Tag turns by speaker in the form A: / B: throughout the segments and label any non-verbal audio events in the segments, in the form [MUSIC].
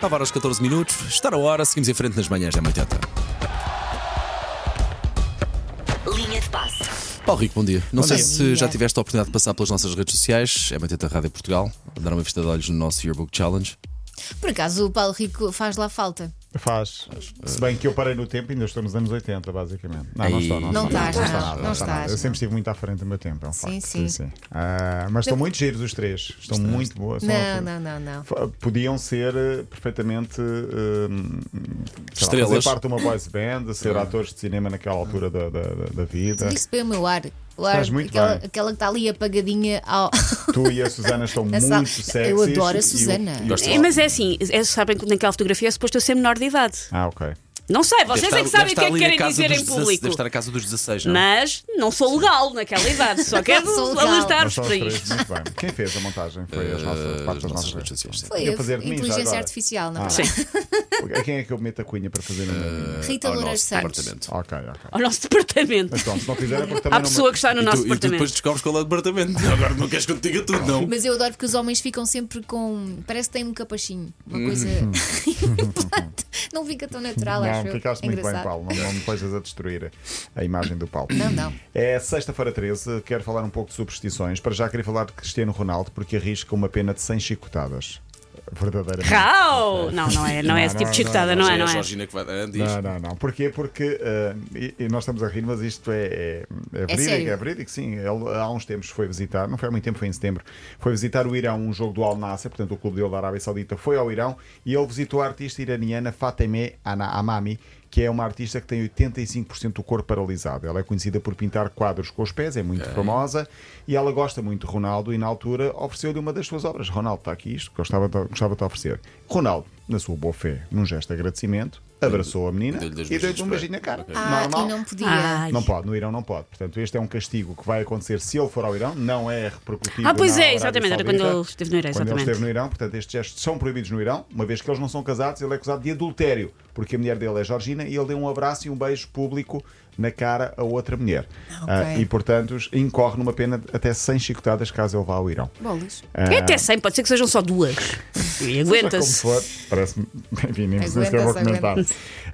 A: 9 horas 14 minutos, está na hora, seguimos em frente nas manhãs da 80.
B: Linha de passe.
A: Paulo Rico, bom dia. Não
C: Bom
A: sei
C: dia.
A: se já tiveste a oportunidade de passar pelas nossas redes sociais, é 80 Rádio Portugal, dar uma vista de olhos no nosso Yearbook Challenge.
D: Por acaso o Paulo Rico faz lá falta.
C: Faz. Se bem que eu parei no tempo, ainda estou nos anos 80, basicamente. Não, não
A: Aí-
C: estou, não,
D: Não
C: estou,
D: estás,
C: estou
D: não,
C: nada,
D: não
C: estou
D: estás,
C: nada. Eu
D: não.
C: sempre estive muito à frente do meu tempo, é um facto.
D: Sim, sim.
C: Ah, mas estão muito giros os três. Estão muito boas. são
D: Não,
C: alturas.
D: não, não, não.
C: F- Podiam ser eh, perfeitamente hum, sei lá,
A: Estrelas.
C: fazer parte de uma boys band, ser atores de cinema naquela altura da, da- da- da vida.
D: Isso bem o meu ar. O ar
C: Estás É. muito
D: aquela,
C: bem.
D: aquela que está ali apagadinha ao. [LAUGHS]
C: Tu e a Susana estão
D: Na
C: muito
D: sala.
C: sexys.
D: É Eu adoro a
C: e o-
D: Susana.
C: e o-
A: Gosto.
E: É, mas é assim, é, sabem que naquela fotografia é suposto eu ser menor de idade.
C: Ah, ok.
E: Não sei, vocês
A: Deve
E: é que
A: estar- deve
E: sabem o que
A: estar
E: é que
A: ali na
E: querem
A: casa
E: dizer
A: dos
E: em
A: 16,
E: público.
A: Deve estar na casa dos 16, não? é?
E: Mas não sou legal naquela
D: [LAUGHS]
E: idade, só quero
D: Não sou legal.
C: Mas
E: alertar-vos
C: são os
E: para
C: três,
E: isto.
C: muito bem. Quem fez a montagem? Foi as nossas,
A: Eh, As
C: parte das
A: nossas
C: nossas
A: redes sociais. sim.
D: Foi
C: Ia
D: a
C: fazer de mim já
D: inteligência
C: agora.
D: artificial, é? na
C: Ah. é
D: verdade.
C: A quem é que eu meto a cunha para fazer a minha?
D: Rita
A: Ao
D: Loureiro
A: nosso
D: Santos.
A: departamento.
C: Ok, ok.
E: [LAUGHS] Ao nosso departamento.
C: Mas pronto, se não fizer é porque também
E: Há
C: não
E: pessoa que está no
A: E tu-
E: nosso
A: e tu depois
E: departamento.
A: descobres qual é o departamento. Agora não queres que eu te diga tudo, não.
D: Mas eu adoro porque os homens ficam sempre com. Parece que têm um capachinho.
C: Uhum.
D: Uma
C: [LAUGHS]
D: coisa. não fica tão natural, acho
C: Não,
D: eu.
C: ficaste
D: É
C: muito bem,
D: engraçado.
C: Paulo. Não, não me deixas a destruir a imagem do Paulo.
D: Não, não.
C: É sexta-feira 13, quero falar um pouco de superstições. Para já queria falar de Cristiano Ronaldo, porque arrisca uma pena de 100 chicotadas. Verdadeiramente.
E: Rau! Não, não é, não é esse
C: Não,
E: tipo de
C: não,
E: chicotada, não é,
A: é a
E: não é?
A: Georgina que vai dar. diz.
C: Não, não, não. Porquê? Porque ah, e, e nós estamos a rir, mas isto é, é, é verídico,
D: sério?
C: é verídico, sim. Ele, há uns tempos foi visitar, não foi há muito tempo, foi em setembro, foi visitar o Irão, um jogo do Al Nassr, portanto o clube dele da Arábia Saudita foi ao Irão e ele visitou a artista iraniana Fatemeh Anaamami, que é uma artista que tem 85% do corpo paralisado. Ela é conhecida por pintar quadros com os pés, é muito famosa e ela gosta muito de Ronaldo e na altura ofereceu-lhe uma das suas obras. Ronaldo, está aqui isto, gostava de, gostava de oferecer. Ronaldo, na sua boa fé, num gesto de agradecimento, abraçou a menina
A: Deu-lhe dois
C: e deu-lhe
A: beijinhos
C: um
A: para-
C: beijinho na cara.
D: Ah,
C: Normal.
D: e não podia.
A: é.
E: Ai.
C: Não pode, no Irão não pode. Portanto, este é um castigo que vai acontecer se ele for ao Irão, não é repercutido.
E: Ah, pois
C: na
E: é,
C: Arábia
E: exatamente, era
C: Saudita,
E: quando ele esteve no Irão,
C: Quando ele
E: exatamente.
C: esteve no Irão, portanto, estes gestos são proibidos no Irão, uma vez que eles não são casados, ele é acusado de adultério, porque a mulher dele é Georgina e ele deu um abraço e um beijo público na cara a outra mulher. Ah, e, portanto, incorre numa pena de até 100 chicotadas caso ele vá ao Irão.
D: Bolas.
E: É até 100, pode ser que sejam só duas. E aguenta-se.
C: Como for, parece-me. Enfim, nem sei se eu vou
D: Aguenta-se,
C: comentar.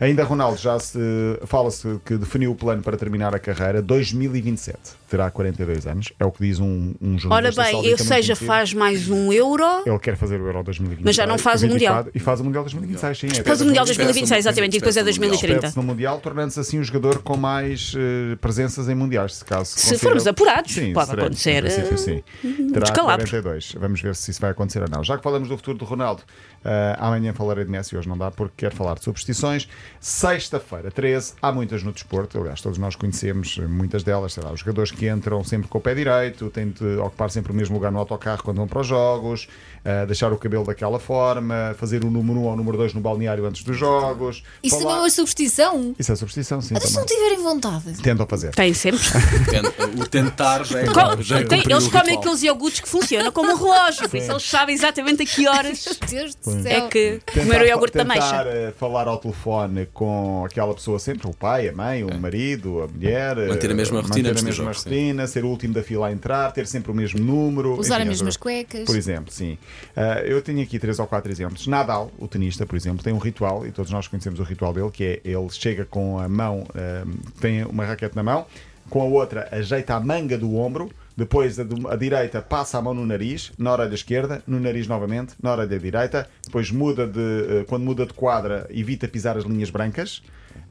C: Ainda Ronaldo já se. Fala-se que definiu o plano para terminar a carreira 2027. Terá 42 anos, é o que diz um, um
E: Ora
C: jornalista.
E: bem,
C: saudita
E: eu
C: muito
E: seja,
C: conhecido.
E: faz mais um euro.
C: Ele quer fazer o Euro 2026.
E: Mas já não faz o Mundial.
C: E faz o Mundial 2026, sim. é
E: Depois o Mundial 2026,
A: Espera-se um-
E: exatamente, e depois é
A: espera-se um Mundial.
E: 2030.
C: no Mundial, tornando-se assim o jogador com mais eh, presenças em Mundiais, se caso.
E: Se
C: consiga-
E: formos apurados, pode
C: será,
E: acontecer, eh,
C: em princípio, sim. Terá
E: descalabros.
C: 42. Vamos ver se isso vai acontecer ou não. Já que falamos do futuro do Ronaldo, eh, amanhã falarei de Messi, hoje não dá, porque quero falar de superstições. Sexta-feira, 13, há muitas no desporto, aliás, todos nós conhecemos eh, muitas delas, sei lá, os jogadores que entram sempre com o pé direito, têm de ocupar sempre o mesmo lugar no autocarro quando vão para os jogos, eh, deixar o cabelo daquela forma, fazer o número 1 ou o número 2 no balneário antes dos jogos.
D: Isso não é
C: falar-
D: uma substituição?
C: isso é superstição, sim.
D: Mas se não
C: Também.
D: tiverem vontade.
C: Tentam fazer.
E: Tem sempre.
A: Tenta- O tentar já é-
E: Co-
A: já é
E: tem-
A: cumprir
E: eles
A: o
E: comem
A: ritual.
E: aqueles iogurtes que funcionam como um relógio, por isso eles sabem exatamente a que horas
D: Meu Deus do
E: é
D: céu.
E: que comer
C: Tentar-
E: o iogurte da
C: tentar,
E: mecha.
C: eh, falar ao telefone com aquela pessoa sempre, o pai, a mãe, o marido, a mulher. eh,
A: É. Manter a mesma rotina
C: Manter
A: antes dos
C: a mesma
A: jogos, sim.
C: rotina, ser o último da fila a entrar, ter sempre o mesmo número.
D: Usar
C: enfim, é
D: as mesmas
C: essas-
D: cuecas.
C: Por exemplo, sim. Ah, eu tenho aqui três ou quatro exemplos. Nadal, o tenista, por exemplo, tem um ritual, e todos nós conhecemos o ritual dele, que é ele chega com a mão, ah, tem uma raquete na mão, com a outra ajeita a manga do ombro, depois a, do- a direita passa a mão no nariz, na orelha esquerda, no nariz novamente, na orelha direita, depois muda de, ah, quando muda de quadra, evita pisar as linhas brancas.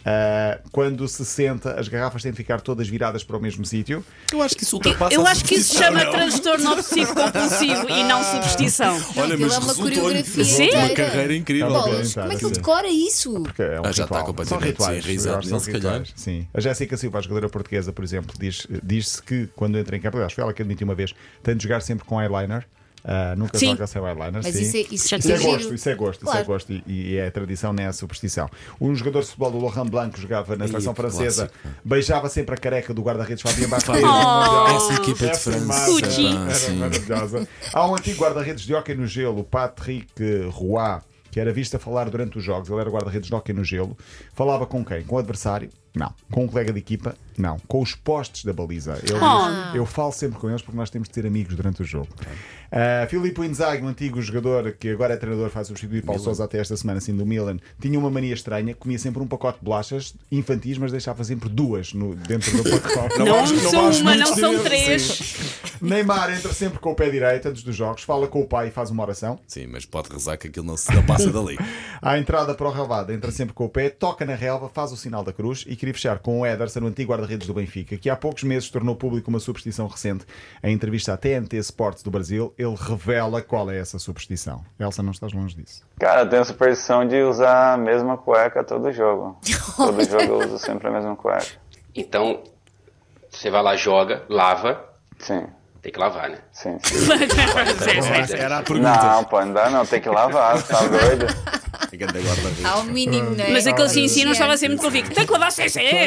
C: Ah, quando se senta, as garrafas têm de ficar todas viradas para o mesmo sítio.
A: Eu acho que isso
E: Eu,
A: ultrapassa
E: eu
A: a
E: acho que isso se
A: superstição,
E: chama
A: não?
E: transtorno obsessivo compulsivo e não substituição.
A: Olha, mas
D: Aquilo é uma
A: resultou-lhe
D: coreografia
A: resultou-lhe uma
D: inteira.
A: carreira incrível.
D: Bolas.
C: Sim.
D: Como é que ele decora isso?
C: Porque é um
A: Ah, já
C: ritual.
A: está completamente
C: São rituais,
A: sem risada
C: eu acho que são
A: nele, se calhar.
C: rituais, Sim. A Jéssica Silva, a jogadora portuguesa, por exemplo, diz- diz-se que quando entra em campo, aliás, foi ela que admitiu uma vez, tem de jogar sempre com eyeliner. Ah, nunca
E: Sim.
C: joga sem eyeliner.
D: Mas
C: sim.
D: isso é- isso-
E: Já
C: Isso é
E: tinha
C: gosto,
D: giro.
C: isso é gosto, isso é
D: Claro.
C: gosto e, e é tradição, não é superstição. Um jogador de futebol do Laurent Blanc que jogava na seleção
A: que
C: francesa,
A: clássico.
C: beijava sempre a careca do
A: [LAUGHS]
C: guarda-redes Fabien Barthez.
A: Fabien.
D: Oh.
C: Mundial.
A: Essa equipa é de
C: Essa
A: França,
C: imagem,
E: Cuti.
C: pá, era
A: Sim.
C: É maravilhosa. Há um antigo guarda-redes de hóquei no gelo, Patrick eh, Roy, que era visto a falar durante os jogos. Ele era guarda-redes de hóquei no gelo. Falava com quem? Com o adversário. Não. Com um colega de equipa, não. Com os postes da baliza. Eu,
E: Oh.
C: eu falo sempre com eles porque nós temos de ter amigos durante o jogo. Uh, Filipe Inzaghi, um antigo jogador que agora é treinador, faz substituir Paulo Sousa até esta semana, assim, do Milan, tinha uma mania estranha, comia sempre um pacote de bolachas infantis, mas deixava sempre duas no, dentro do pacote.
E: Não,
A: acho- não
E: são
A: acho
E: uma,
A: muito
E: não são
A: dinheiro,
E: três.
C: Neymar entra sempre com o pé direito antes dos jogos, fala com o pai e faz uma oração.
A: Sim, mas pode rezar que aquilo não se não passa dali.
C: À entrada para o Ravada, entra sempre com o pé, toca na relva, faz o sinal da cruz e queria fechar com o Ederson, o antigo guarda-redes do Benfica, que há poucos meses tornou público uma superstição recente. Em entrevista à TNT Sports do Brasil, ele revela qual é essa superstição. Elsa, não estás longe disso.
F: Cara, eu tenho a superstição de usar a mesma cueca todo jogo. todo jogo eu uso sempre a mesma cueca.
G: Então, você vai lá, joga, lava.
F: Sim,
G: Tem que lavar, né?
F: sim, sim.
A: Era a pergunta.
F: Não, pô, não dá não, tem que lavar, você tá doido?
A: Grande guarda-redes.
D: Ao mínimo, não é?
E: [LAUGHS] Mas aquele sim, sim,
D: Higiene.
E: não estava sempre convicto. Tem que lavar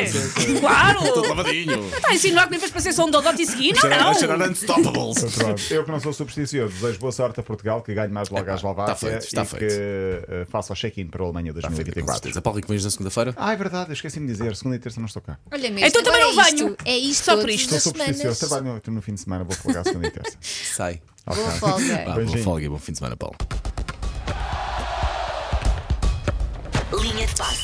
E: CC! Claro!
A: Todo lavadinho.
E: Está a insinuar que me fez parecer só um dodote e seguir? Não,
A: Cheirar-
E: não!
A: cheirar unstoppables.
C: Pronto, eu que não sou supersticioso, desejo boa sorte a Portugal, que ganhe mais logo à Eslováquia
A: está tá feito, está
C: e
A: feito.
C: que eh, faça o check-in para a Alemanha
A: Está feito, com
C: 2024.
A: certeza. Paulo Rico, vens na segunda-feira?
C: Ah, é verdade, eu esqueci-me de dizer, segunda e terça não estou cá.
D: Olha mesmo,
E: Então também
D: agora
E: não
D: é isto,
E: venho.
D: É isto
E: Só por
D: todas
E: isto.
D: as
C: Sou supersticioso,
D: semanas.
C: trabalho no, no fim de semana, vou folgar segunda e terça.
A: Sai.
D: Boa
A: [LAUGHS]
D: folga.
A: Vá, boa
C: Beijinho.
A: folga e bom fim de semana, Paulo.
B: Linha de passe.